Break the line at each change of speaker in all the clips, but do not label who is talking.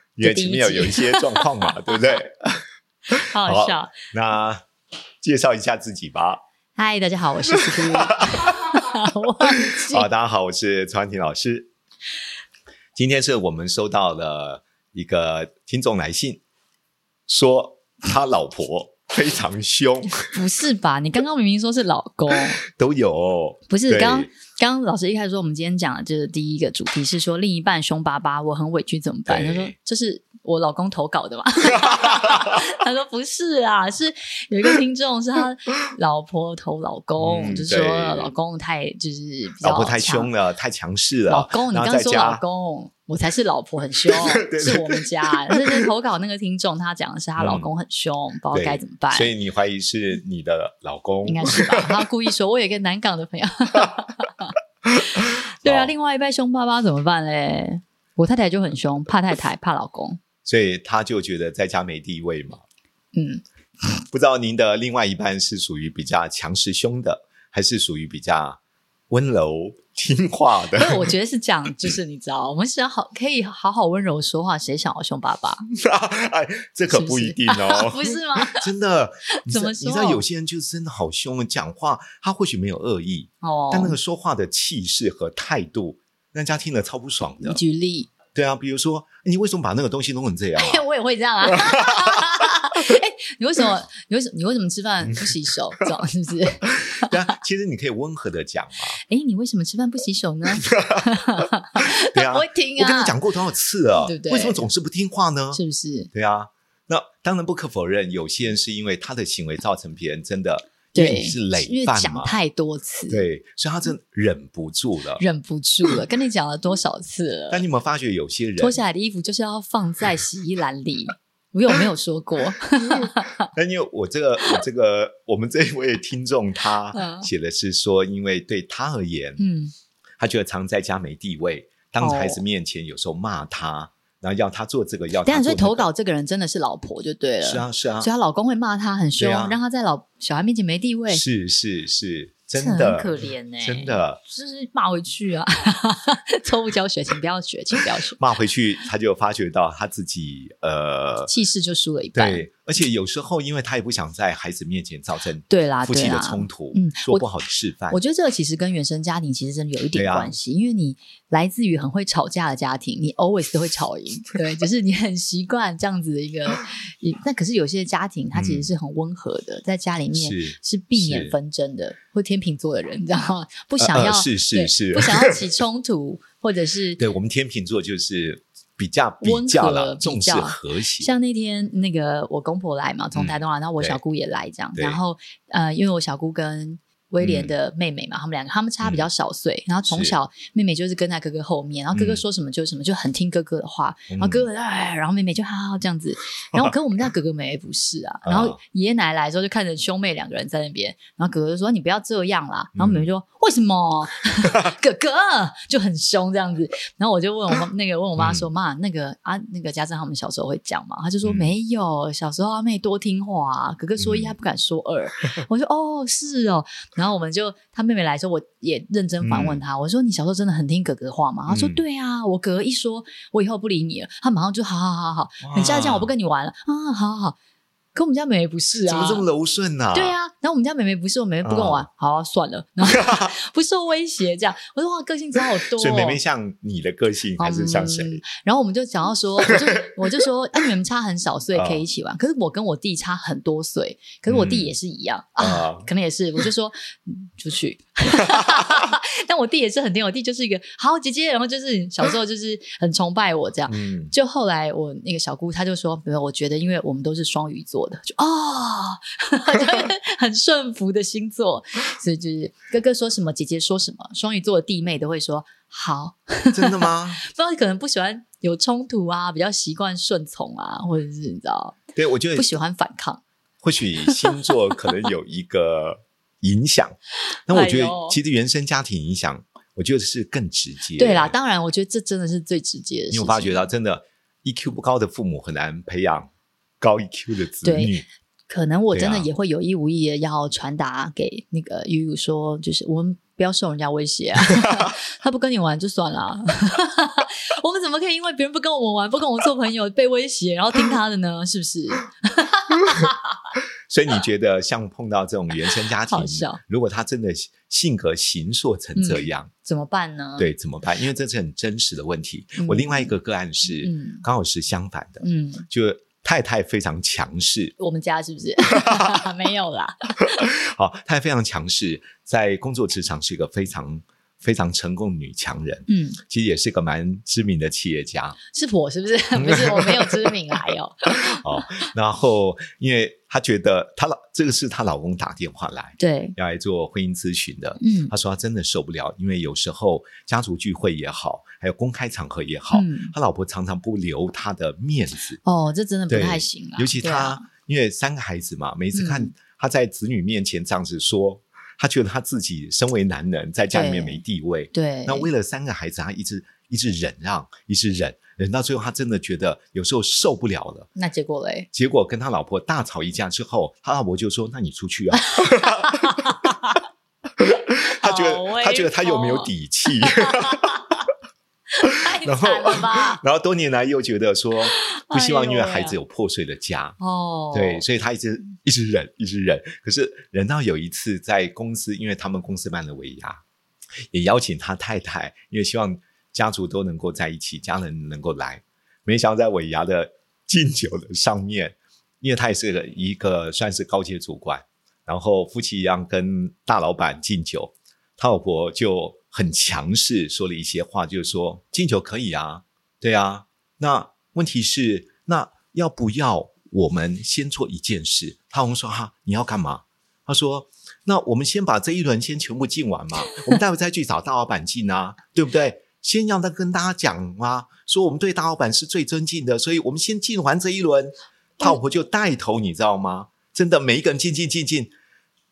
因为
第一
前面有
集
有一些状况 嘛，对不对？
好好笑。
那介绍一下自己吧。
嗨，大家好，我是 CPU。忘 记
好，啊大家好，我是曹安婷老师。今天是我们收到了一个听众来信，说他老婆非常 凶，
不是吧？你刚刚明明说是老公，
都有
不是
对
刚刚刚老师一开始说，我们今天讲的就是第一个主题是说另一半凶巴巴，我很委屈怎么办？
对
他说这是我老公投稿的 吧？他说不是啊，是有一个听众是他老婆投老公，
嗯
就是说
对
老公太就是比较
老啊婆太
强
凶了，太强势了。
老公，你
然
刚
后
刚
在
说
家
老公，我才是老婆很凶，
对
是我们家。但是投稿那个听众，他讲的是他老公很凶，不知
对
道该怎么办，
所以你怀疑是你的老公？
应该是 吧？他故意说，我有一个南港的朋友，对啊，
好
另外一半凶巴巴怎么办嘞？我太太就很凶，怕太太，怕老公，
所以他就觉得在家没地位嘛。
嗯，
不知道您的另外一半是属于比较强势凶的，还是属于比较温柔听话
所以
的？
我觉得是这样，就是你知道，我们想好可以好好温柔说话，谁想要凶巴巴？
哎，这可不一定哦，
不是吗？
真的。你知
怎么说
你知道有些人就是真的好凶，讲话他或许没有恶意，
哦，
但那个说话的气势和态度，让人家听了超不爽
你
的。
举例，
对啊，比如说你为什么把那个东西弄成这样、啊？
我也会这样 啊。哎、你为什么？你为什么？你为什么吃饭不洗手？这种是不是？哎、
对啊，其实你可以温和的 讲嘛。
你为什么吃饭不洗手呢？
对
他
啊，
不会听啊。
我跟你讲，过多少次了，
对不对
为什么总是不听话呢？
是不是？
对啊，那当然不可否认，有些人是因为他的行为造成别人真的，因为
对，
你是
因
累
为
犯
讲
嘛，
太多次，，
对，所以他真的忍不住了。
忍不住了。跟你讲了多少次了？
但你有没有发觉有些人，
脱下来的衣服就是要放在洗衣篮里。我有没有说过？
但因为我这个我这个我们这一位听众他
嗯
写的是说，因为对他而言，
嗯，
他觉得常在家没地位，当着
哦
孩子面前有时候骂他，然后要他做这个，要
但
啊他
所
做
以投
那
稿这个人真的是老婆就对
个
了，
是啊是啊
所以，她老公会骂她很凶，
对啊
让她在老小孩面前没地位，
是是是，真
这
的
很可怜欸呢、
真的。
就是骂回去啊， 错误教学，请不要学，请不要学，
骂回去，他就发觉到他自己呃，
气势就输了一半。
对，而且有时候因为他也不想在孩子面前造成
对啦
夫妻
对
的
啦
冲突，
嗯
做
我
不好的示范
我，觉得这个其实跟原生家庭其实真的有一点
对啊
关系，因为你来自于很会吵架的家庭，你 always 都会吵 赢，对，只是你很习惯这样子的一个。一但可是有些家庭它其实是很温和的，在家里面
嗯是
是避免
是
纷争的，或天秤座的人，你知道吗？不
呃
想
呃
要、
是
对
是是，
不想 要起冲突，或者是
对我们天秤座就是比较
温
比较
和
啦，
比
重视
较
和谐，
像那天那个我公婆来嘛，从台东来，然后我
嗯对
小姑也来这样，
对嗯
然后呃，因为我小姑跟威廉的妹妹嘛，他们两个他们差比较少岁，然后从小妹妹就是跟在哥哥后面，然后哥哥
嗯
说什么就什么，就很听哥哥的话，
嗯
然后哥哥哎，然后妹妹就哈哈这样 子，然后可我们家哥哥妹妹不是啊，然后
啊
爷爷奶奶来的时候就看着兄妹两个人在那边，然后哥哥就说你不要这样啦，
嗯
然后妹妹就说为什 么哥哥就很凶这样子，然后我就问我妈那个问我 妈说：“妈，那个啊，那个家政他们小时候会讲嘛？”她就说：“
嗯
没有，小时候阿妹多听话、啊，哥哥说一，
嗯
她不敢说二。” 我说：“哦，是哦。”然后我们就她妹妹来说，我也认真反问她，我说：“你小时候真的很听哥哥话吗？”她说：“
嗯
对啊，我哥哥一说，我以后不理你了。”她马上就：“好好好好，你下次这样我不跟你玩了啊，好好好。”可我们家妹妹不是啊，
怎么这么柔顺呢？
对，啊，然后我们家妹妹不是，我妹妹不跟我玩，好、啊、算了， 然后不受威胁这样。我说哇，个性差好多、哦。
所以妹妹像你的个性还是像谁
嗯？然后我们就讲到说，我就我就说，啊，你们差很少岁
啊
可以一起玩，可是我跟我弟差很多岁，可是我弟也是一样、
嗯
啊
啊，
可能也是，我就说嗯出去。 但我弟也是很听，我弟就是一个好姐姐，然后就是小时候就是很崇拜我这样。
嗯，
就后来我那个小姑，她就说没有，我觉得因为我们都是双鱼座的，就哦， 就是 很顺服的星座，所以就是哥哥说什么，姐姐说什么，双鱼座的弟妹都会说好，
嗯真的吗？
不知道可能不喜欢有冲突啊，比较习惯顺从啊，或者是你知道，
对，我觉
不
得
喜欢反抗。
或许星座可能有一个 影响，那我觉得
哎呦
其实原生家庭影响，我觉得是更直接。
对啦，当然，我觉得这真的是最直接的事
你
情。
有发觉到，真的 EQ 不高的父母很难培养高 EQ 的子
对
女。
可能我
对
真的
啊
也会有意无意的要传达给那个悠悠说，就是我们不要受人家威胁 啊，他不跟你玩就算了 啊，我们怎么可以因为别人不跟我们玩、不跟我们做朋友被威胁，然后听他的呢？是不是？
所以你觉得像碰到这种原生家庭
好笑，嗯
如果他真的性格形塑成这样，
怎么办呢？，
对怎么办？因为这是很真实的问题。
嗯
我另外一个个案是，
嗯
刚好是相反的，
嗯，
就太太非常强势，
我们家是不是 没有啦？
好，太太非常强势，在工作职场是一个非常非常成功的女强人，
嗯，
其实也是个蛮知名的企业家。
是我是不是？不是我没有知名来哦，
哦，然后因为她觉得她老这个是她老公打电话来
对，
要来做婚姻咨询的，
嗯
她说她真的受不了，因为有时候家族聚会也好，还有公开场合也好，
嗯，
她老婆常常不留她的面子，
哦，这真的
对
不太行啦，
尤其
对
她、
啊
因为三个孩子嘛，每一次看
嗯
她在子女面前这样子说，她觉得她自己身为男人在家里面
对
没地位，
对，
那为了三个孩子，她一直一直忍让，一直忍，忍到最后，她真的觉得有时候受不了了。
那结果嘞，
结果跟他老婆大吵一架之后，他老婆就说：“那你出去啊。” 他觉
好哦
得
威
他觉得他有没有
风
底气？
太
然后
惨了吧？
然后多年来又觉得说不希望
哎呦
因为
喂
孩子有破碎的家，
哦，
对，所以他一直一直忍，一直忍。可是忍到有一次在公司，因为他们公司办了尾牙，也邀请他太太，因为希望家族都能够在一起，家人能够来。没想到在尾牙的敬酒的上面，因为他也是个一个算是高阶主管，然后夫妻一样跟大老板敬酒，他老婆就很强势说了一些话，就是说敬酒可以啊，对啊，那问题是，那要不要我们先做一件事？他红说哈、你要干嘛？他说，那我们先把这一轮先全部进完嘛，我们待会再去找大老板进啊，对不对？先让他跟大家讲啊，说我们对大老板是最尊敬的，所以我们先进完这一轮。他老婆就带头，你知道吗？真的，每一个人进进进进，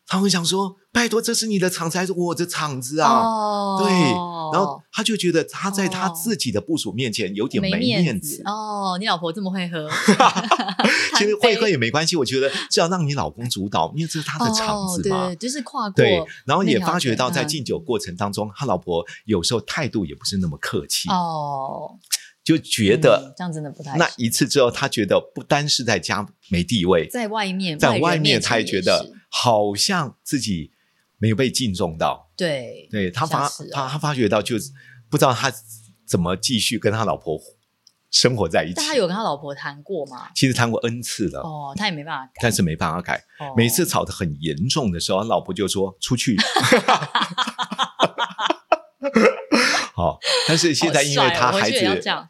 他会想说：拜托，这是你的场子还是我的场子啊？
哦，
对，然后他就觉得他在他自己的部署面前有点
没
面
子哦，你老婆这么会喝，
其实
贪杯
会喝也没关系，我觉得至少让你老公主导，因为这是他的场子
哦、
嘛。
对，就是跨过
对，然后也
那条
发觉到，
线
在
嗯
敬酒过程当中，他老婆有时候态度也不是那么客气，
哦，
就觉
嗯
得
这样真的不太
那
行
一次之后，他觉得不单是在家没地位，
在外面，
在
人
外
面
面他也
前
觉
也
得
是
好像自己没有被敬重到，
对
对他
像
发
是哦
他他发觉到，就是不知道他怎么继续跟他老婆生活在一起
但。他有跟他老婆谈过吗？
其实谈过 N 次了，
哦，他也没办法改，
但是没办法改。
哦
每次吵得很严重的时候，他老婆就说出去。 好，但是现在因为他
好帅哦
孩
我回去
子
也要这样，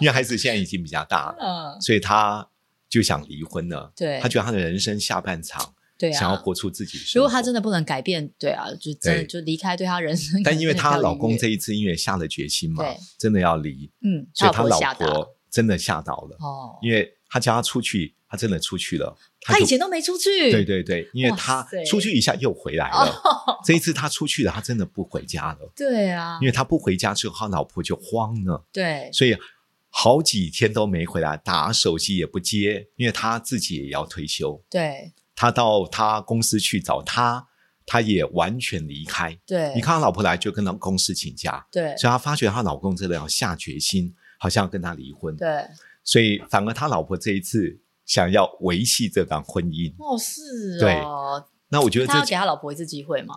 因为孩子现在已经比较大了，
嗯，
所以他就想离婚了。
对
他觉得他的人生下半场
对啊，
想要活出自己的生活。
如果他真的不能改变，对啊，就真的
对
就离开，对他人生可能真的比较愉悦，
但因为她老公这一次因为下了决心嘛
对，
真的要离，
嗯，
所以他
婆
老
吓到了
婆真的吓到了，
哦，
因为他叫他出去，他真的出去了。
他
就
以前都没出去，
对对对，因为他
哇塞
出去一下又回来了，这一次他出去了，他真的不回家了，
对啊，
因为他不回家之后，他老婆就慌了，
对
所以好几天都没回来，打手机也不接，因为他自己也要退休，
对
他到他公司去找他，他也完全离开。
对，
你看他老婆来就跟他公司请假，
对
所以她发觉她老公真的要下决心，好像要跟她离婚。
对，
所以反而他老婆这一次想要维系这段婚姻。
哦是
对
哦，
那我觉得
他要
这
给他老婆一次机会吗？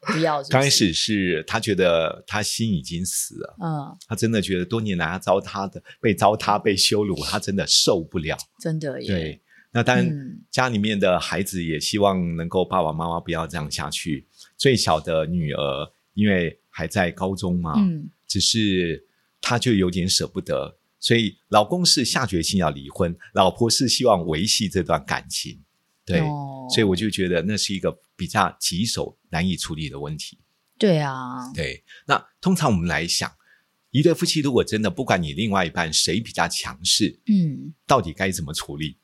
不要是不是，
刚开始是他觉得他心已经死了，
嗯，
他真的觉得多年来他糟蹋的、被糟蹋、被羞辱，他真的受不了。
真的耶，
对，那当然
嗯
家里面的孩子也希望能够爸爸妈妈不要这样下去。最小的女儿因为还在高中嘛，
嗯，
只是她就有点舍不得，所以老公是下决心要离婚，老婆是希望维系这段感情。对，
哦
所以我就觉得那是一个比较棘手、难以处理的问题。
对啊，
对，那通常我们来想，一对夫妻如果真的不管你另外一半谁比较强势，
嗯，
到底该怎么处理？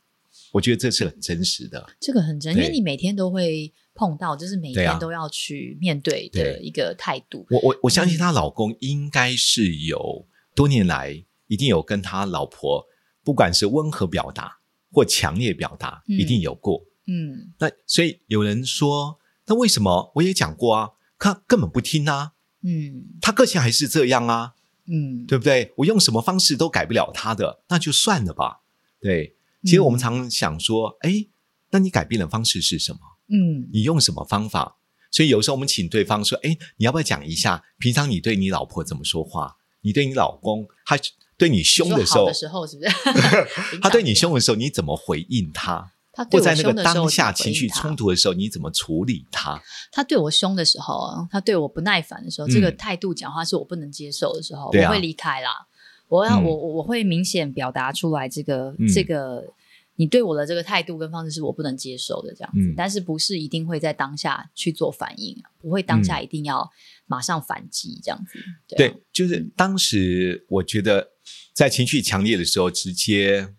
我觉得这是很真实的。
这个很真，因为
对
你每天都会碰到，就是每
对啊
天都要去面对的
对
一个态度。
我我我相信她老公应该是有多年来一定有跟他老婆，不管是温和表达或强烈表达，
嗯
一定有过。
嗯，
那所以有人说，那为什么我也讲过啊？他根本不听啊，
嗯
他个性还是这样啊，
嗯，
对不对？我用什么方式都改不了他的，那就算了吧。对，其实我
嗯
们常想说，哎，那你改变的方式是什么？
嗯
你用什么方法？所以有时候我们请对方说：“哎，你要不要讲一下，平常你对你老婆怎么说话？你对你老公，他对你凶
的
的时候，
的时候是不是？
他对你，凶的时候，你怎么回应他？
他对
或
我
在那
凶
个
的时候
当
我
下
怎么回
情绪
应他
冲突的时候，你怎么处理他？
他对我凶的时候，啊他对我不耐烦的时候，
嗯
这个态度讲话是我不能接受的时候，
对啊
我会离开啦。我要、
嗯
我我我会明显表达出来，这个、
嗯
这个你对我的这个态度跟方式是我不能接受的，这样子。
嗯
但是不是一定会在当下去做反应，啊不会当下一定要马上反击这样子。对啊
嗯对，就是当时我觉得，在情绪强烈的时候，直接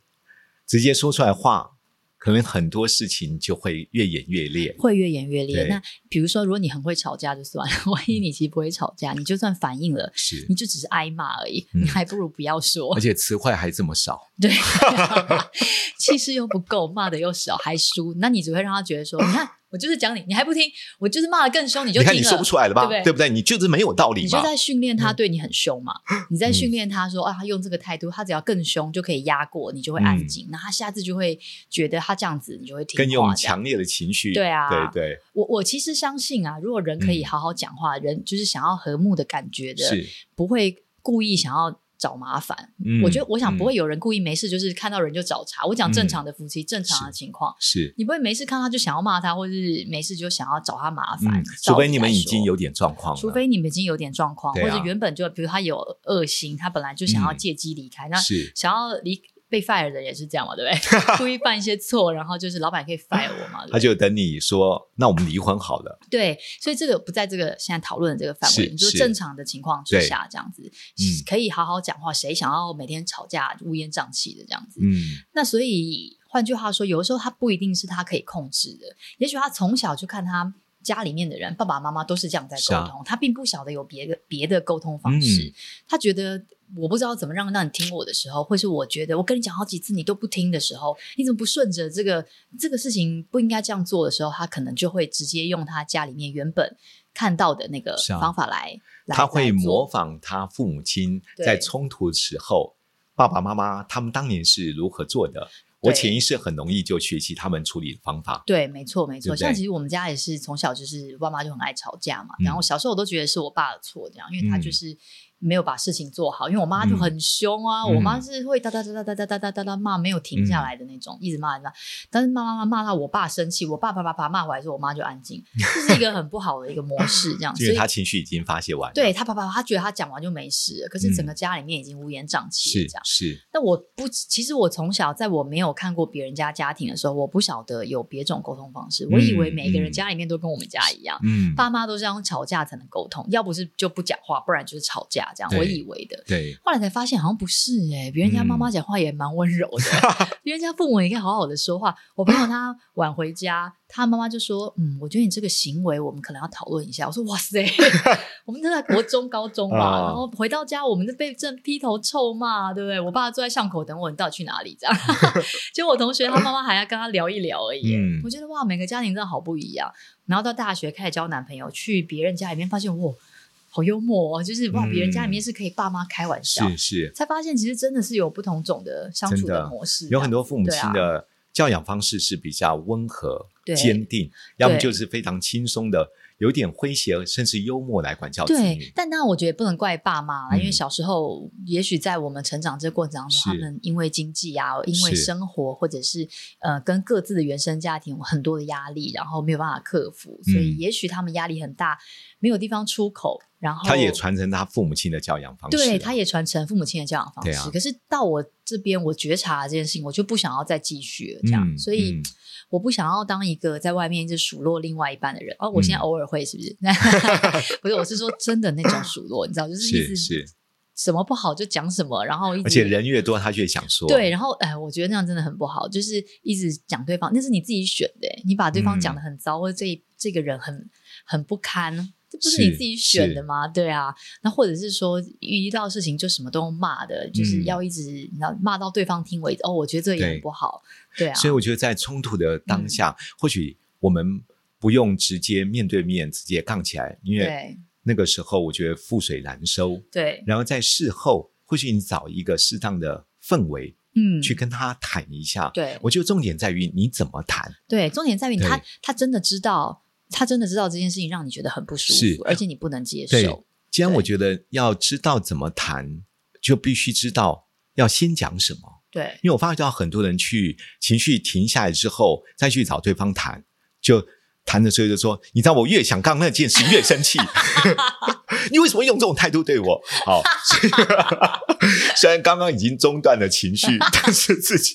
直接说出来话，可能很多事情就会越演越烈。
会越演越烈。
对
那比如说，如果你很会吵架就算了， 万一你其实不会吵架，你就算反应了，
是
你，就只是挨骂而已，
嗯
你还不如不要 说
而。且词汇还这么少。
对， 气势又不够，骂的又少，还输，那你只会让他觉得说，你看我就是讲你，你还不听，我就是骂的更凶，你就
你
听了，
看你说不出来了吧？
对不对
不对？你嗯就是没有道理
你
嘛
就。在训练他对你很凶 嘛，你在训练他说啊，他用这个态度，他只要更凶就可以压过，你就会安静，那他下次就会觉得他这样子，你就会听话。
嗯更用
这样
强烈的情绪，
对啊
对对，
我我其实相信啊，如果人可以
嗯
好好讲话，人就是想要和睦的感觉的，
是，
不会故意想要找麻烦。
嗯
我觉得，我想不会
嗯
有人故意没事就是看到人就找茬。我讲正常的夫妻，正常的
是
情况，
是，
你不会没事看他就想要骂他，或是没事就想要找他麻烦。
嗯，
照
除非
理
你们
来
已
说
经有，点状况了，
除非你们已经有点状况，
对
或
啊嗯
者原本就比如他有恶心，他本来就想要借机离开，那
是
想要离被 fire 的人也是这样嘛，对不对？故意犯一些错，然后就是老板可以 fire 我嘛，对不对
他就等你说，那我们离婚好了，
对，所以这个不在这个现在讨论的这个范围，
是
你就是正常的情况之
对
下这样子，
嗯
可以好好讲话。谁想要每天吵架乌烟瘴气的这样子？
嗯，
那所以换句话说，有的时候他不一定是他可以控制的，也许他从小就看他。家里面的人，爸爸妈妈都是这样在
是
沟
啊
通，他并不晓得有别的别的沟通方式。
嗯
他觉得我不知道怎么让让你听我的时候，或是我觉得我跟你讲好几次你都不听的时候，你怎么不顺着这个这个事情不应该这样做的时候，他可能就会直接用他家里面原本看到的那个
是啊
方法来，来
他会
来做
模仿他父母亲
对
在冲突的时候，爸爸妈妈他们当年是如何做的，我
对啊
潜意识很容易就学习他们处理的方法，
对，没错，没错。
对不对
像其实我们家也是从小就是爸妈就很爱吵架嘛，
嗯
然后小时候我都觉得是我爸的错，这样，因为他
嗯
就是没有把事情做好，因为我妈就很凶啊，
嗯
我妈是会哒哒哒哒哒哒哒哒哒哒骂，没有停下来的那种，一直骂一直骂。但是骂骂骂骂到我爸生气，我爸啪啪啪骂回来之后，我妈就安 静，这是一个很不好的一个模式，这样。
因
所
为
以
他情绪已经发泄完了，
对他啪啪啪，他觉得他讲完就没事了，可是整个
嗯
家里面已经乌烟瘴气了，
是
这样。
是，
那我不，其实我从小在我没有看过别人家家庭的时候，我不晓得有别种沟通方式。我以为每个人家里面都跟我们家一样，
嗯，
爸妈都是要用吵架才能沟通，要不是就不讲话，不然就是吵架这样。
对
我以为的。
对，
后来才发现好像不是哎、别人家妈
嗯
妈讲话也蛮温柔的， 别人家父母也可以好好的说话。我朋友他晚回家，他妈妈就说：“嗯，我觉得你这个行为我们可能要讨论一下。”我说：“哇 塞，我们都在国中、高中吧，
啊
然后回到家我们就被正劈头臭骂，对不对？我爸坐在巷口等我，你到底去哪里？ 这样，结果我同学他妈妈还要跟他聊一聊而已。
嗯
我觉得哇，每个家庭真的好不一样。然后到大学开始交男朋友，去别人家里面发现哇。”好幽默哦，就是哇，
嗯
别人家里面是可以爸妈开玩笑，
是是，
才发现其实真的是有不同种的相处
真的
模式，
有很多父母
对啊
亲的教养方式是比较温和、
对
坚定，要么
对
就是非常轻松的，有点诙谐甚至幽默来管教子
对
女。。
但当然，我觉得也不能怪爸妈啦，
嗯
因为小时候也许在我们成长这过程当中，
是
他们因为经济啊，因为
是
生活或者是呃跟各自的原生家庭有很多的压力，然后没有办法克服，所以
嗯
也许他们压力很大，没有地方出口，然后
他也传承他父母亲的教养方式，
对，他也传承父母亲的教养方
对
式。
啊
可是到我这边，我觉察了这件事情，我就不想要再继续了，这样。
嗯
所以、
嗯
我不想要当一个在外面一直数落另外一半的人。哦，我现在
嗯
偶尔会，是不是？不是，我是说真的那种数落，你知道，就是一直
是是
什么不好就讲什么，然后一直
而且人越多，他越想说。
对，然后哎，我觉得那样真的很不好，就是一直讲对方，那是你自己选的，欸你把对
嗯
方讲的很糟，或者这这个人很很不堪，这不是你
是
自己选的吗？对啊，那或者是说遇到事情就什么都用骂的，就是
嗯
要一直你知道骂到对方听为止。哦，我觉得这也很
对
不好，对啊，
所以我觉得在冲突的当
嗯
下，或许我们不用直接面对面直接杠起来，因为
对
那个时候我觉得覆水难收。
对，
然后在事后，或许你找一个适当的氛围
嗯，
去跟他谈一下。
对
我觉得重点在于你怎么谈。
对，重点在于
对
他他真的知道，他真的知道这件事情让你觉得很不舒
是
服，而且你不能接
对
受。
既然
对
我觉得要知道怎么谈，就必须知道要先讲什么。
对，
因为我发觉到很多人去情绪停下来之后，再去找对方谈，就谈的时候就说：“你知道我越想刚那件事越生 气， 你为什么用这种态度对我？”好， 虽然刚刚已经中断了情绪，但是自己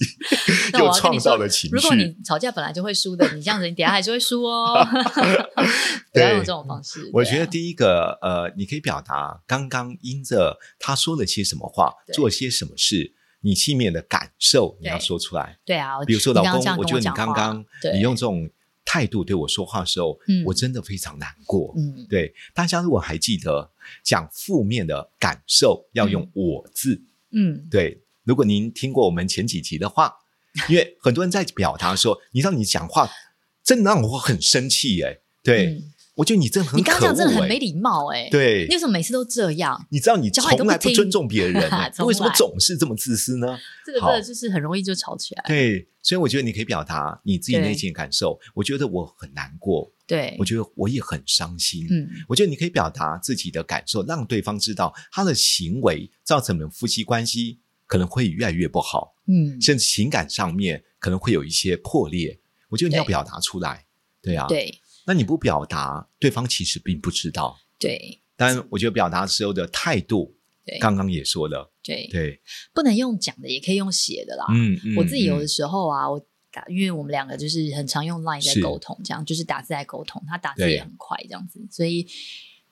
那我
又
要跟
创
你
造
说，
了情
如果你
绪。
吵架本来就会输的，你这样子，你等一下还是会输 哦。不要用这种方式。
我
对啊
觉得第一个，呃，你可以表达刚刚因着他说了些什么话，
对
做些什么事，你心里面的感受你要
对
说出来。
对啊，
比如说，
你
老
刚刚这样，跟
公觉得你
讲话
刚刚
对
你用这种态度对我说话的时候，
嗯
我真的非常难过。
嗯，
对大家如果还记得，讲负面的感受要用“我”字。
嗯，
对，如果您听过我们前几集的话，因为很多人在表达说，你让你讲话真的让我很生气耶、对、
嗯
我觉得你真的很
你
可
刚
恶、
刚这
耶。
样真的很没礼貌哎。，
对
你，为什么每次都这样？
你知道你
讲话你都
从
不
来不
听
尊重 别人、
哈哈
欸，
从
为什么
来
总是这么自私呢？
这个真
好
的就是很容易就吵起来。
对，所以我觉得你可以表达你自己
对
内心的感受。我觉得我很难过，
对
我，觉得我也很伤心。
嗯，
我觉得你可以表达自己的感受，让对方知道他的行为造成了夫妻关系可能会越来越不好，
嗯，
甚至情感上面可能会有一些破裂。我觉得你要
对
表达出来，对啊，，
对
那你不表达，对方其实并不知道。
对
但我觉得表达时候的态度，
对
刚刚也说了，
对，
对，
不能用讲的，也可以用写的啦。
嗯，嗯
我自己有的
嗯
时候啊，我打，因为我们两个就是很常用 Line 在
是
沟通，这样就是打字在沟通，他打字
对
也很快，这样子，所以。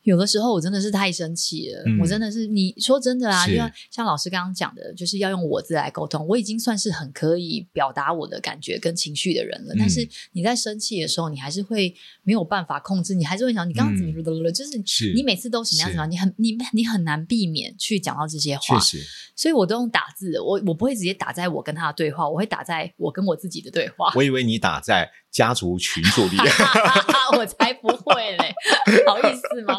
有的时候我真的是太生气了，
嗯
我真的是你说真的啊，
是
因为像老师刚刚讲的，就是要用我字来沟通，我已经算是很可以表达我的感觉跟情绪的人了。
嗯
但是你在生气的时候，你还是会没有办法控制，你还是会想你刚刚怎么
嗯
就是
是
你每次都什么样
是
什么样，你很你你很难避免去讲到这些话
确。实，
所以我都用打字的，我我不会直接打在我跟他的对话，我会打在我跟我自己的对话。
我以为你打在家族群 组里。
我才不会嘞，好意思吗？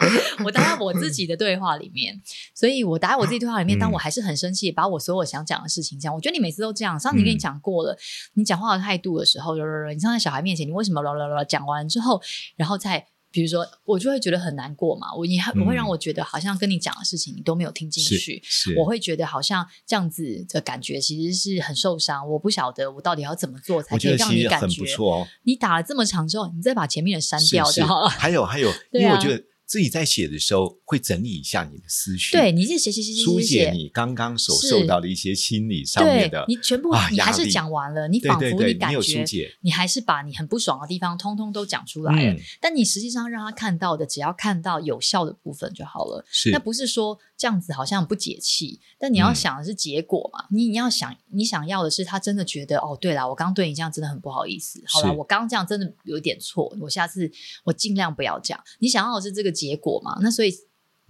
我打在我自己的对话里面，所以我打在我自己对话里面，
嗯
当我还是很生气，把我所有想讲的事情讲。我觉得你每次都这样，上次
嗯
跟你讲过了，你讲话的态度的时候，你站在小孩面前，你为什么啦啦啦啦讲完之后，然后再。比如说，我就会觉得很难过嘛，我你还我会
嗯
让我觉得好像跟你讲的事情你都没有听进
是
去，
是
我会觉得好像这样子的感觉其实是很受伤，我不晓得我到底要怎么做才
我
可
觉
以
得
让
其
你
实
感
很
觉
不错哦，
你打了这么长之后，你再把前面的删
是
掉
是
就好了。
还有还有，因
对
为
啊
我觉得自己在写的时候会整理一下你的思绪，
对，你是写写写写
疏
写
解
写，
你刚刚所
是
受到的一些心理上面
对
的，
你全部
啊
你还
压
是
力
讲完了，你
对
仿
对
佛
对，
感
你有疏
觉
解，
你还是把你很不爽的地方通通都讲出来了，
嗯
但你实际上让他看到的，只要看到有效的部分就好了。
是
那不是说这样子好像不解气，但你要
嗯
想的是结果嘛？你你要想你想要的是他真的觉得哦，对啦，我刚对你这样真的很不好意思，好啦，
是
我刚这样真的有点错，我下次我尽量不要这样。你想要的是这个结果嘛？那所以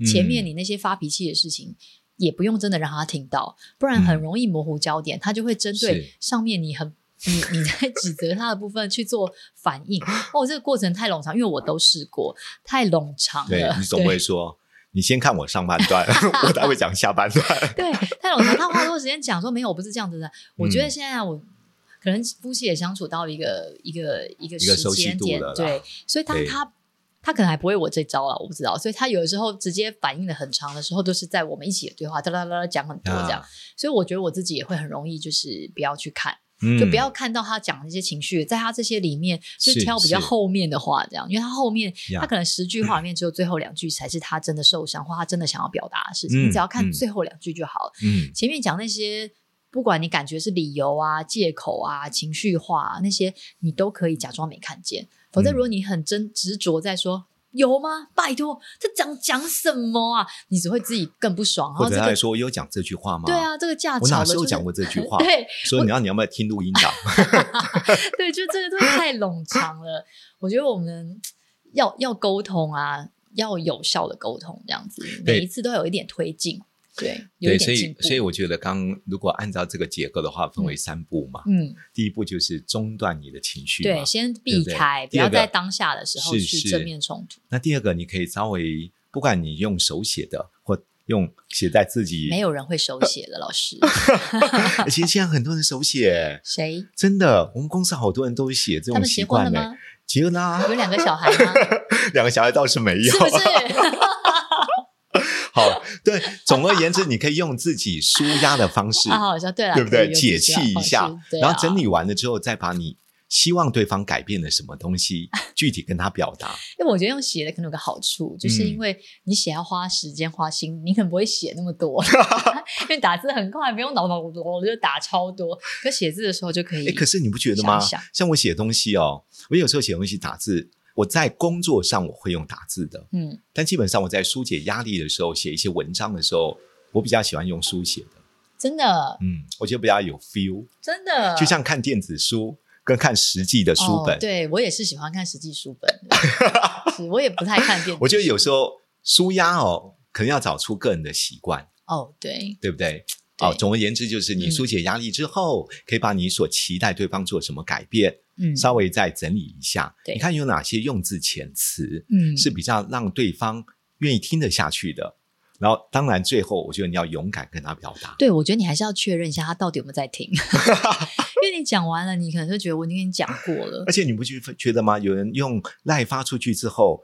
前面
嗯
你那些发脾气的事情。也不用真的让他听到，不然很
嗯
容易模糊焦点，他就会针对
是
上面你很你你在指责他的部分去做反应。哦，这个过程太冗长，因为我都试过，太冗长了。
对你总
对
不会 说。你先看我上半段，我待会讲下半段。
对，太冗长，他花很多时间讲说没有，我不是这样子的。我觉得
嗯
现在啊我。可能夫妻也相处到一个一个一个
一
时
个熟悉
间
度
点
了，啦
对，所以当
对
他他可能还不会我这招了，啊我不知道，所以他有的时候直接反应的很长的时候，都是在我们一起的对话，哒啦啦啦讲很多这样，
啊
所以我觉得我自己也会很容易就是不要去看，
嗯
就不要看到他讲的那些情绪，在他这些里面就是挑比较
是
后面的话，这样，因为他后面
呀
他可能十句话 里面只有最后两句才是他真的受伤或他真的想要表达的事情，
嗯
你只要看
嗯
最后两句就好了。
嗯，
前面讲那些，不管你感觉是理由啊、借口啊、情绪化、啊、那些，你都可以假装没看见。否则，
嗯
如果你很真执着在说。有吗？拜托，这讲讲什么啊？你只会自己更不爽。然
或
后
者
这
他还
个
说我有讲这句话吗？
对啊，，这个架
我
吵
哪
的
时候
就是
讲过这句话？
对
所以你要你要不要听录音档？
对，就这个真的太冗长了。我觉得我们要要沟通啊，要有效的沟通，这样子每
对
一次都要有一点推进，对，有一
对，所
点进
以
步。
所以我觉得刚，如果按照这个结构的话，分为三步嘛。
嗯，
第一步就是中断你的情绪嘛，
对，先
对
避
不对
开，不
第
要
二个
在当下的时候
是
去
是
正面冲突。
那第二个，你可以稍微，不管你用手写的或用写在自己，
没有人会 手写的，老师
而且现在很多人手写，
谁？
真的，我们公司好多人都写这
他
种
们结
习
婚
惯
了
呢、
吗？
结啦，
有两个小孩吗？
两个小孩倒 是 没有。
是不是？
好，对，总而言之，你可以用自己舒压的方式，
啊，好像对了，
对不对？
有
解
比较
气一下，
哦是对啊
然后整理完了之后，再把你希望对方改变了什么 东西，具体跟他表达。
因为哎我觉得用写的可能有个好处，就是
嗯
因为你写要花时间花心，你可能不会写那么 多，因为打字很快，不用脑脑我就打超多。可写字的时候就可以，
哎，可是你不觉得吗？
想想
像我写东西哦，我有时候写东西打字，我在工作上我会用打字的，
嗯，
但基本上我在疏解压力的时候，写一些文章的时候，我比较喜欢用书写的。
真的
嗯，我觉得比较有 feel，
真的，
就像看电子书跟看实际的书本
嗯哦、。对我也是喜欢看实际书本， 是我也不太看电子书。
我觉得有时候舒压哦，可能要找出个人的习惯，
哦，对
对不对？
对
哦，总而言之，就是你
嗯
疏解压力之后，可以把你所期待对方做什么改变，
嗯
稍微再整理一下。
对
你看有哪些用字遣词
嗯
是比较让对方愿意听得下去的？然后，当然最后，我觉得你要勇敢跟他表达。
对，我觉得你还是要确认一下他到底有没有在 听，因为你讲完了，你可能就觉得我已经跟你讲过了
而。且你不觉觉得吗？有人用赖发出去之后，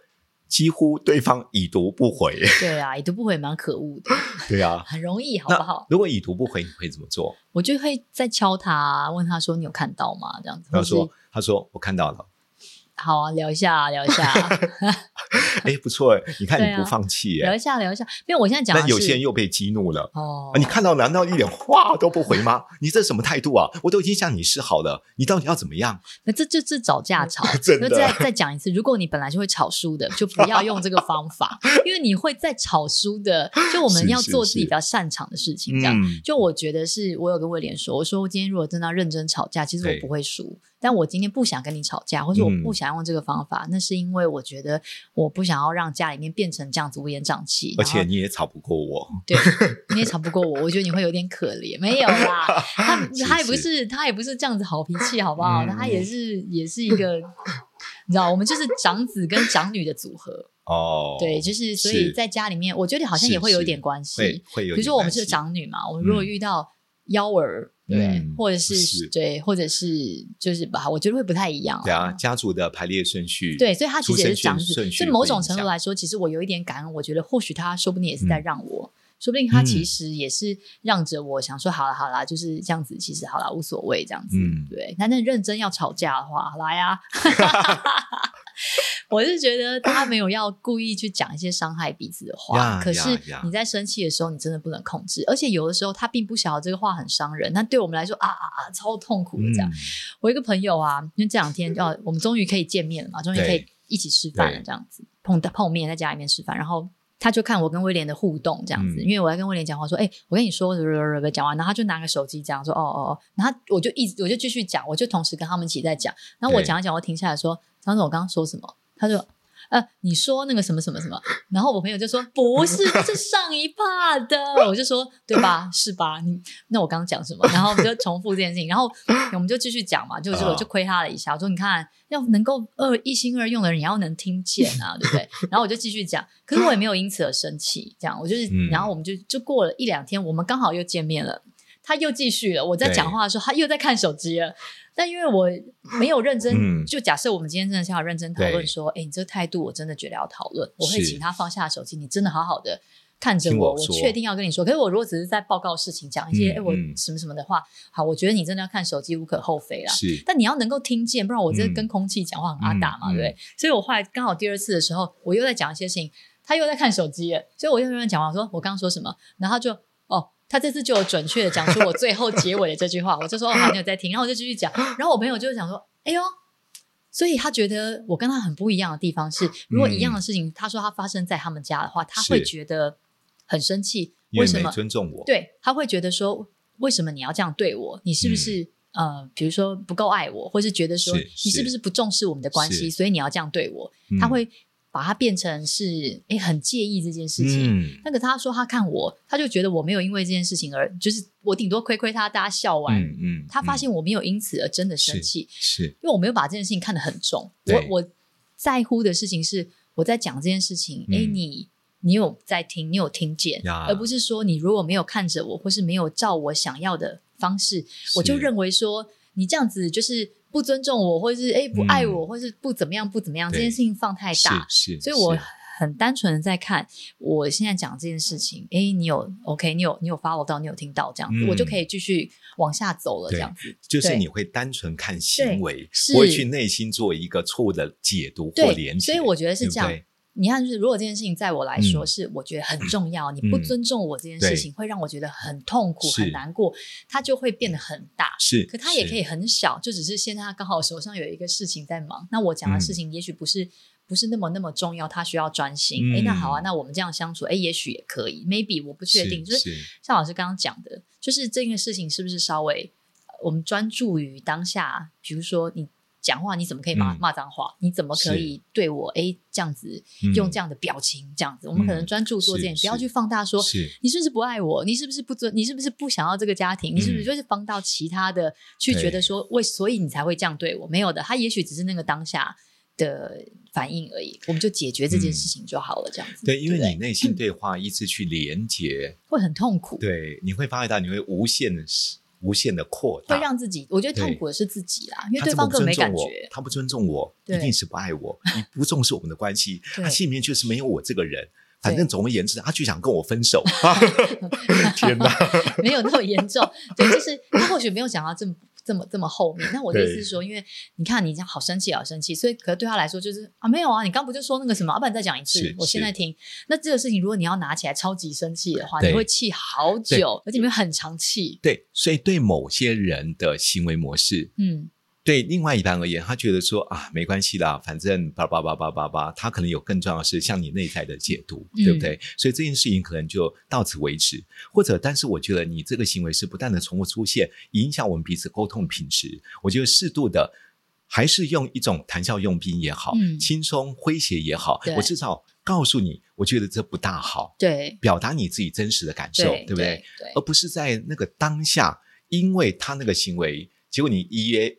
几乎对方已读不 回。
对啊，已读不回蛮可恶的，
对啊，
很容易，好
那
不好？
如果已读不回，你会怎么做？
我就会再敲他啊，问他说你有看到吗？这样子，
他
或
说
是：“
他说我看到了。”
好啊，聊一下啊，聊一下 啊，
哎，不错哎，你看
对
你
啊
不放弃
聊
哎
一，下，聊一下。因为我现在讲的
那
是
有些人又被激怒了。
哦
啊，你看到难道一点话都不回吗？你这什么态度啊？我都已经向你示好了，你到底要怎么样？
那这这这找架吵，
嗯 真的
那再再讲一次，如果你本来就会吵输的，就不要用这个方 法，因为你会再吵输的。就我们
是
要
是
做自己
是
比较擅长的事情，这样。
嗯，
就我觉得是我有跟威廉说，我说我今天如果真的要认真吵架，其实我
对
不会输，但我今天不想跟你吵架，或者我
嗯
不想用这个方法，那是因为我觉得我不想要让家里面变成这样子乌烟瘴气，
而
然后
且你也吵不过我，
对，你也吵不过我，我觉得你会有点可怜。没有 啦，他
是
他也不
是
是他也不是这样子好脾气，好不好？
嗯
他也是也是一个，你知道，我们就是长子跟长女的组合，
哦，
对，就是所以在家里面，我觉得好像
是
也会有一
是
点关系。
会会有点担心，
比如说我们是长女嘛，我们如果
嗯
遇到幺儿，对不对
嗯，
或者是
是
对，或者是就是吧，我觉得会不太一样。
对啊，家族的排列顺序，
对，所以他其实也是
出
长
生
子，
顺顺序
所以
会
某种
影
程度
响
来说，其实我有一点感恩。我觉得或许他说不定也是在让
嗯
我，说不定他其实也是让着我，想说好了好了，就是这样子，其实好了无所谓这样子。
嗯
对，那那认真要吵架的话，来 啊！ 我是觉得他没有要故意去讲一些伤害彼此的话，
呀
可是
呀呀
你在生气的时候，你真的不能控制，而且有的时候他并不晓得这个话很伤人，但对我们来说啊啊啊，超痛苦的这样。
嗯，
我有一个朋友啊，因为这两天哦，我们终于可以见面了嘛，终于可以一起吃饭了，
对
这样子碰碰面在家里面吃饭，然后。他就看我跟威廉的互动这样子，
嗯
因为我在跟威廉讲话说，哎、我跟你说，呃讲完，然后他就拿个手机讲说，哦哦哦，然后他我就一直我就继续讲，我就同时跟他们一起在讲，然后我
对
讲一讲，我停下来说，张总我刚刚说什么？他就呃，你说那个什么什么什么，然后我朋友就说不是，是上一趴的，我就说对吧，是吧？你那我刚刚讲什么？然后我们就重复这件事情，然后我们就继续讲嘛，就就
啊
我就亏他了一下，我说你看要能够二一心二用的人也要能听见啊，对不对？然后我就继续讲，可是我也没有因此而生气，这样我就是，
嗯
然后我们就就过了一两天，我们刚好又见面了。他又继续了，我在
对
讲话的时候，他又在看手机了。但因为我没有认真，
嗯
就假设我们今天真的是要认真讨论
对
说，哎、你这态度我真的觉得要讨论，我会
是
请他放下手机，你真的好好的看着
听
我，
我
我
说
确定要跟你说。可是我如果只是在报告事情，讲一些哎、
嗯
诶我
嗯
什么什么的话，好，我觉得你真的要看手机无可厚非啦。
是
但你要能够听见，不然我这
嗯
跟空气讲话很阿打嘛，对
嗯
不对？所以我后来刚好第二次的时候，我又在讲一些事情，他又在看手机了，所以我又跟他讲话，我说我刚刚说什么，然后他就哦。他这次就有准确的讲出 我最后结尾的这句话，我就说哦，好，你有在听，然后我就继续讲，然后我朋友就会讲说，哎呦，所以他觉得我跟他很不一样的地方是，如果一样的事情，他说他发生在他们家的话，他会
嗯是
觉得很生气。
因
为
为
什
没
么？
尊重我，
对，他会觉得说，为什么你要这样对我？你是不是、呃，比如说不够爱我，或是觉得说
嗯是
你是不
是
是不重视我们的关系，
是
所以你要这样对我？
嗯
他会把它变成是诶很介意这件事情。
嗯
那个他说他看我，他就觉得我没有因为这件事情而就是我顶多亏亏他，大家笑完。
嗯嗯，
他发
嗯
现我没有因此而真的生气，
是
因为我没有把这件事情看得很重。我
对
我在乎的事情是我在讲这件事情，
嗯
哎、你你有在听，你有听见，
呀
而不是说你如果没有看着我，或是没有照我想要的方式，我就认为说你这样子就是不尊重我，或是哎、不爱我，或是不怎么样不怎么样，这
嗯对
件事情放太大，
是是，
所以我
是
很单纯的在看我现在讲这件事情，哎、你有 OK，你有你有 follow 到，你有听到这样子，
嗯
我就可以继续往下走了，这
对
样子。
就是
对
你会单纯看行为，
是
不会去内心做一个错误的解读或连
对，
接。
所以我觉得是
对不
这样
对。
你看，就是如果这件事情在我来说
嗯
是我觉得很重要，你不
嗯
尊重我这件事情，会让我觉得很痛苦、
是
很难过，它就会变得很大。
是，
可它也可
是
以很小，就只是现在他刚好手上有一个事情在忙，那我讲
嗯
的事情也许不是、不是那么那么重要，他需要专心。
嗯
诶，那好啊，那我们这样相处，诶，也许也可以，maybe 我不确定，就是
是
像老师刚刚讲的，就是这个事情是不是稍微呃我们专注于当下？比如说你讲话，你怎么可以骂、
嗯
骂脏话？你怎么可以对我哎这样子、
嗯
用这样的表情这样子？我们可能专注做这件，
是
不要去放大说。
是
你是不是不爱我？你是不是不尊？你是不是不想要这个家庭？你是不是就是放到其他的去
嗯对
觉得说为，所以你才会这样对我？没有的，他也许只是那个当下的反应而已，我们就解决这件事情就好了，这样子。
嗯对，因为
不
你内心对话一直去连接，
会很痛苦，
对，你会发觉到你会无限的、无限的扩大。
会让自己，我觉得痛
对
苦的是自己啦，因为
他
对
这么
方
不
根本
尊
没
重
感
我
觉，。
他不尊重我，
对
一定是不爱我，你不重视我们的关系，
对
他心里面就是没有我这个人。反正总而言之，他就想跟我 分手。
天哪，没有那么严重。对，就是他或许没有想到这么这么这么后面。那我的意思是说，因为你看你这样好生气，好生气，所以可是对他来说就是啊，没有啊，你刚不就说那个什么，要不然你再讲一次
是，
我现在
是
听。那这个事情，如果你要拿起来超级生气的话，
对
你会气好久，而且你会很长气。
对，所以对某些人的行为模式，
嗯，
对另外一半而言，他觉得说啊，没关系啦，反正叭叭叭叭叭叭，他可能有更重要的事，像你内在的解读，
嗯
对不对？所以这件事情可能就到此为止，或者，但是我觉得你这个行为是不断的重复出现，影响我们彼此沟通品质。我觉得适度的。还是用一种谈笑用兵也好，
嗯
轻松诙谐也好
对，
我至少告诉你，我觉得这不大好，
对，
表达你自己真实的感受，
对，
不哦对？？
对
而，不是在那个当下，因为他那个行为，结果你一约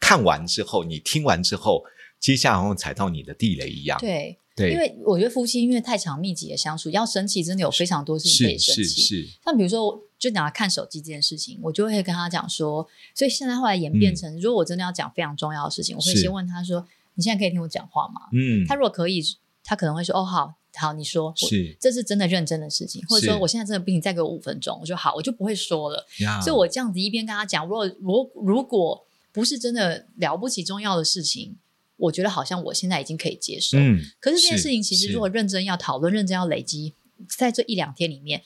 看完之后，你听完之后，接下来好像踩到你的地雷一样。
对，
对，
因为我觉得夫妻因为太常密集的相处，要生气真的有非常多事情可以生
是是
气。
是，
像比如说，我就拿看手机这件事情，我就会跟他讲说，所以现在后来演变成，如果我真的要讲非常重要的事情，我会
嗯是
先问他说：“你现在可以听我讲话吗？”
嗯，
他如果可以，他可能会说：“哦，好，好，你说。我”
是
这是真的认真的事情，或者说
是啊
我现在真的不行，再给我五分钟，我就好，我就不会说了。
呀
所以我这样子一边跟他讲，如果如如果不是真的了不起重要的事情，我觉得好像我现在已经可以接受。
嗯
可是这件
是
事情其实
是
如果认真要讨论、认真要累积，在这一两天里面，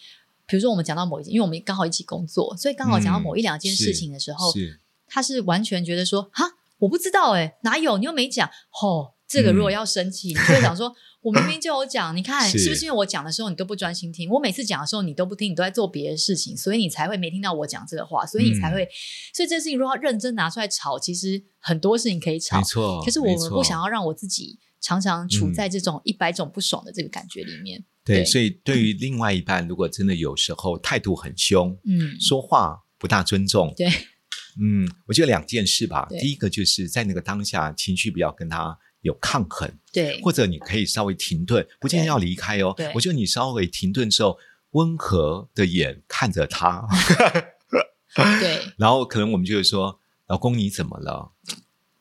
比如说我们讲到某一件，因为我们刚好一起工作，所以刚好讲到某一两件事情的时候，
嗯是
他是完全觉得说哈，我不知道哎、哪有你又没讲哦。这个如果要生气，你就会想 说，我明明就有讲，你看
嗯是
是不是因为我讲的时候你都不专心听？我每次讲的时候你都不听，你都在做别的事情，所以你才会没听到我讲这个话，所以你才
嗯
会，所以这件事情如果要认真拿出来吵，其实很多事情可以吵
没，错。
可是我
没
们
错嗯
不想要让我自己常常处在这种一百种不爽的这个感觉里面。对
对，所以对于另外一半，如果真的有时候态度很凶，
嗯，
说话不大尊重，
对，
嗯，我觉得两件事吧
对。
第一个就是在那个当下情绪不要跟他有抗衡，
对，
或者你可以稍微停顿，不见得要离开哦
对。
我觉得你稍微停顿之后，温和的眼看着他，
对，
然后可能我们就会说：“老公你怎么了？”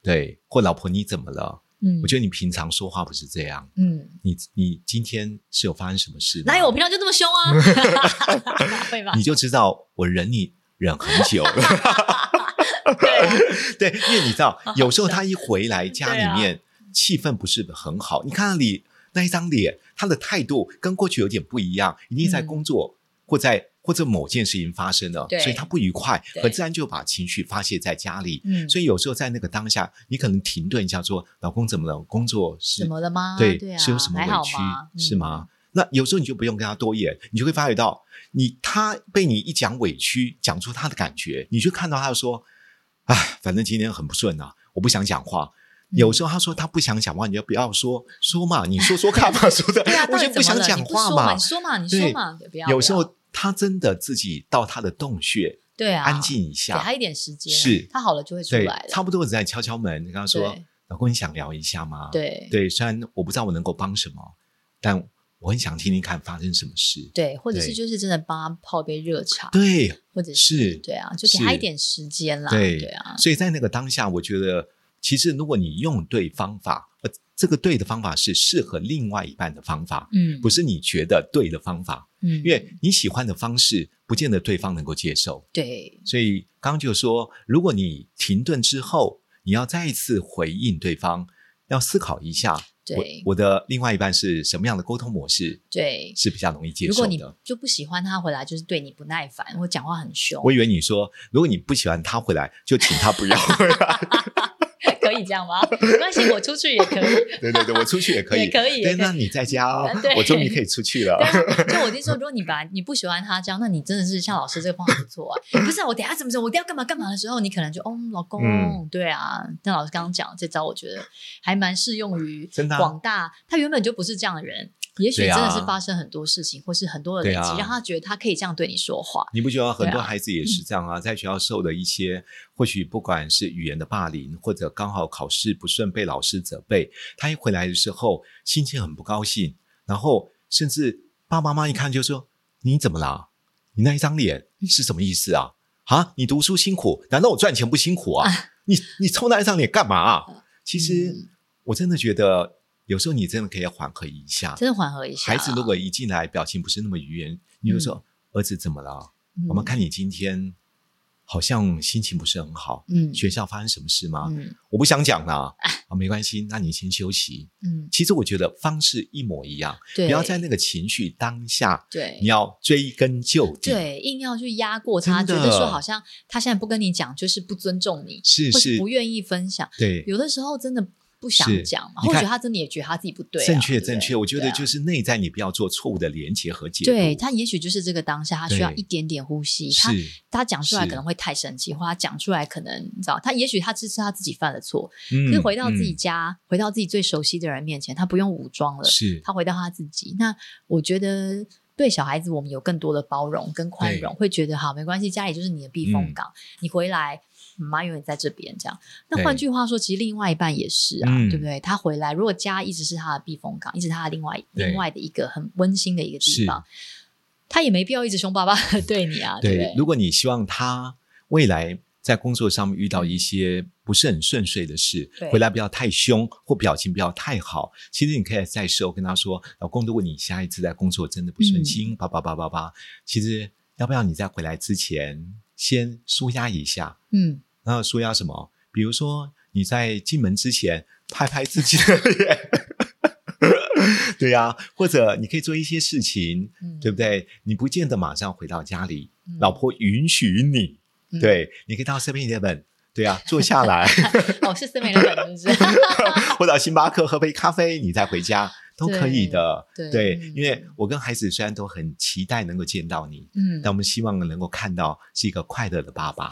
对，或老婆你怎么了？
嗯，
我觉得你平常说话不是这样，
嗯，
你你今天是有发生什么事吗？
哪有我平常就这么凶 啊？会吧
你？就知道我忍你忍很久了。
对，
对，因为你知 道，有时候他一回来家
对啊
里面，气氛不是很好。你看他里那一张脸，他的态度跟过去有点不一样，一定在
嗯
工作、或在或者某件事情发生了
对，
所以他不愉快，
对
很自然就把情绪发泄在家里。
嗯，
所以有时候在那个当下，你可能停顿一下，说：“老公怎么了？工作是
怎么了吗？
对，
啊，
是有什么
还好
委屈
吗？嗯
是吗？？那有时候你就不用跟他多言，你就会发觉到，你他被你一讲委屈，讲出他的感觉，你就看到他说，哎，反正今天很不顺啊，我不想讲话。
嗯
有时候他说他不想讲话，你就不要说说嘛，你说说看嘛， 说的
对啊，，
我就
到底怎么
想
了
讲
你不
话
说
嘛
你。说嘛，你
对
说嘛，不要。
有
不
时
要
候他真的自己到他的洞穴
对啊，
安静一
给
下，
他一点时间，
是
他好了就会出
对
来，了。
差不多只在敲敲门，跟他说
对：“
老公，你想聊一下吗？”
对
对，虽然我不知道我能够帮什么，但我很想听听看发生什么事。
对，或者是
对
就是真的帮他泡一杯热茶，
对，
或者
是
对啊，就给他
是
一点时间啦。
对
对啊，
所以在那个当下，我觉得其实如果你用对方法，呃，这个对的方法是适合另外一半的方法，
嗯，
不是你觉得对的方法，
嗯，
因为你喜欢的方式不见得对方能够接受。
对
所以刚刚就说，如果你停顿之后，你要再一次回应对方，要思考一下，我
对
我的另外一半是什么样的沟通模式
对，
是比较容易接
如
受
果你
的。
就不喜欢他回来，就是对你不耐烦或讲话很凶，
我以为你说，如果你不喜欢他回来，就请他不要回来。
可以这样吗？没关系，我出去也可以。
对对对，我出去 也可 以，
也可以也可以
对，那 你在家 哦
啊对，
我终于可以出去了。
对啊，就我就说，如果你把你不喜欢他这样，那你真的是像老师这个方法不错啊。 不是啊，我等一下怎么怎么，我一定要干嘛干嘛的时候，你可能就哦，老公，
嗯
对啊。但老师刚刚讲这招，我觉得还蛮适用于
真的啊
广大，他原本就不是这样的人，也许
对
真
啊
的是发生很多事情，或是很多的累积，
对啊
让他觉得他可以这样对你说话。
你不觉得很
对
多
啊
孩子也是这样啊？在学校受的一些，或许不管是语言的霸凌，或者刚好考试不顺被老师责备，他一回来的时候心情很不高兴，然后甚至爸爸妈妈一看就说：“你怎么啦？你那一张脸是什么意思啊？啊，你读书辛苦，难道我赚钱不辛苦啊？你你抽那一张脸干嘛、啊？”其实
嗯
我真的觉得，有时候你真的可以缓和一下。
真的啊缓和一下。
孩子如果一进来表情不是那么愉悦，你就说：“儿子怎么了？”
嗯
我们，看你今天好像心情不是很好，
嗯
学校发生什么事吗？
嗯
我不想讲啦，啊，没关系，那你先休息。
嗯，
其实我觉得方式一模一样，
对，
不要在那个情绪当下，
对
你要追根究底，，
对，硬要去压过他，觉
真的
得说好像他现在不跟你讲，就是不尊重你，
是
或是
是
不愿意分享。
对，
有的时候真的不想
是
讲嘛，
你
或
看
许他真的也觉得他自己不对啊、
正确
对不对
正确，我觉
对
得
啊
就是内在你不要做错误的连接和解读，
对他也许就是这个当下，他需要
对
一点点呼吸。他
是，
他讲出来
是
可能会太生气，或他讲出来可能你知道，他也许他只是他自己犯了错，
嗯
可是回到自己
嗯
家，回到自己最熟悉的人面前，他不用武装了，
是
他回到他自己。那我觉得对小孩子，我们有更多的包容跟宽容，会觉得好没关系，家里就是你的避
嗯
风港，你回来。妈妈永远在这边，这样。那
对
换句话说，其实另外一半也是啊，
嗯
对不对？他回来，如果家一直是他的避风港，一直是他的另外
对
另外的一个很温馨的一个地方，他也没必要一直凶巴巴的对你啊，对不
对，如果你希望他未来在工作上面遇到一些不是很顺遂的事
对，
回来不要太凶或表情不要太好，其实你可以在事后跟他说：“老公，如果你下一次在工作真的不顺
嗯
心，叭叭叭叭叭，其实要不要你在回来之前先舒压一下？
嗯，
那舒压什么？比如说你在进门之前拍拍自己 的脸。” 对呀、或者你可以做一些事情，
嗯
对不对？你不见得马上回到家里，
嗯
老婆允许你，
嗯
对，你可以到 Seven Eleven，对啊，坐 下来，
哦，是森美的本，是不 是？
或者星巴克喝杯咖啡，你再回家都可以的。
对嗯
因为我跟孩子虽然都很期待能够见到你，
嗯
但，我们希望能够看到是一个快乐的爸爸。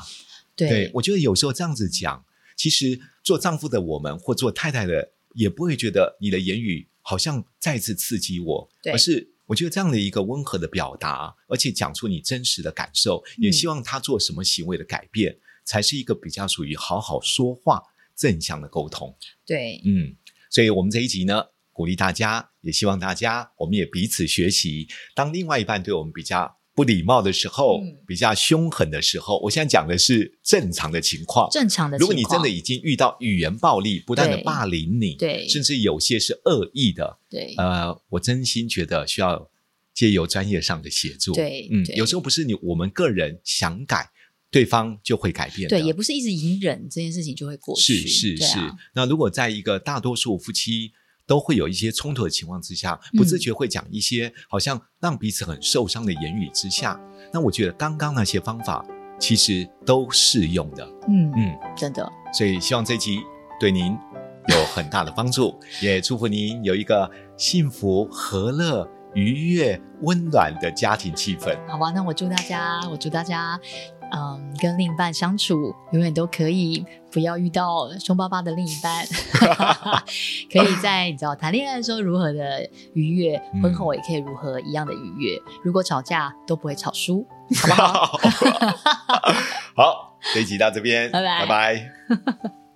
对，
我觉得有时候这样子讲，其实做丈夫的我们或做太太的，也不会觉得你的言语好像再次刺激我，
对
而是我觉得这样的一个温和的表达，而且讲出你真实的感受，
嗯
也希望他做什么行为的改变，才是一个比较属于好好说话、正向的沟通。
对，
嗯，所以我们这一集呢，鼓励大家，也希望大家，我们也彼此学习。当另外一半对我们比较不礼貌的时候，
嗯
比较凶狠的时候，我现在讲的是正常的情况。
正常的情
如
况。
果你真的已经遇到语言暴力，不断的
对
霸凌你，
对
甚至有些是恶意的，
对，
呃，我真心觉得需要借由专业上的协助。
对
嗯，
对
有时候不是你我们个人想改，对方就会改变的。
对，也不是一直隐忍这件事情就会过去。
是是
对
是、
啊
那如果在一个大多数夫妻都会有一些冲突的情况之下，
嗯
不自觉会讲一些好像让彼此很受伤的言语之下。那我觉得刚刚那些方法其实都适用的，
嗯，
嗯，
真的，
所以希望这期对您有很大的帮助，也祝福您有一个幸福、和乐、愉悦、温暖的家庭气氛。
好吧，那我祝大家，我祝大家，嗯，跟另一半相处永远都可以，不要遇到凶巴巴的另一 半，可以在你知道谈恋爱的时候如何的愉悦，
嗯
婚后也可以如何一样的愉悦，如果吵架都不会吵输。
好不好？好，这一集到这边，
拜拜
拜拜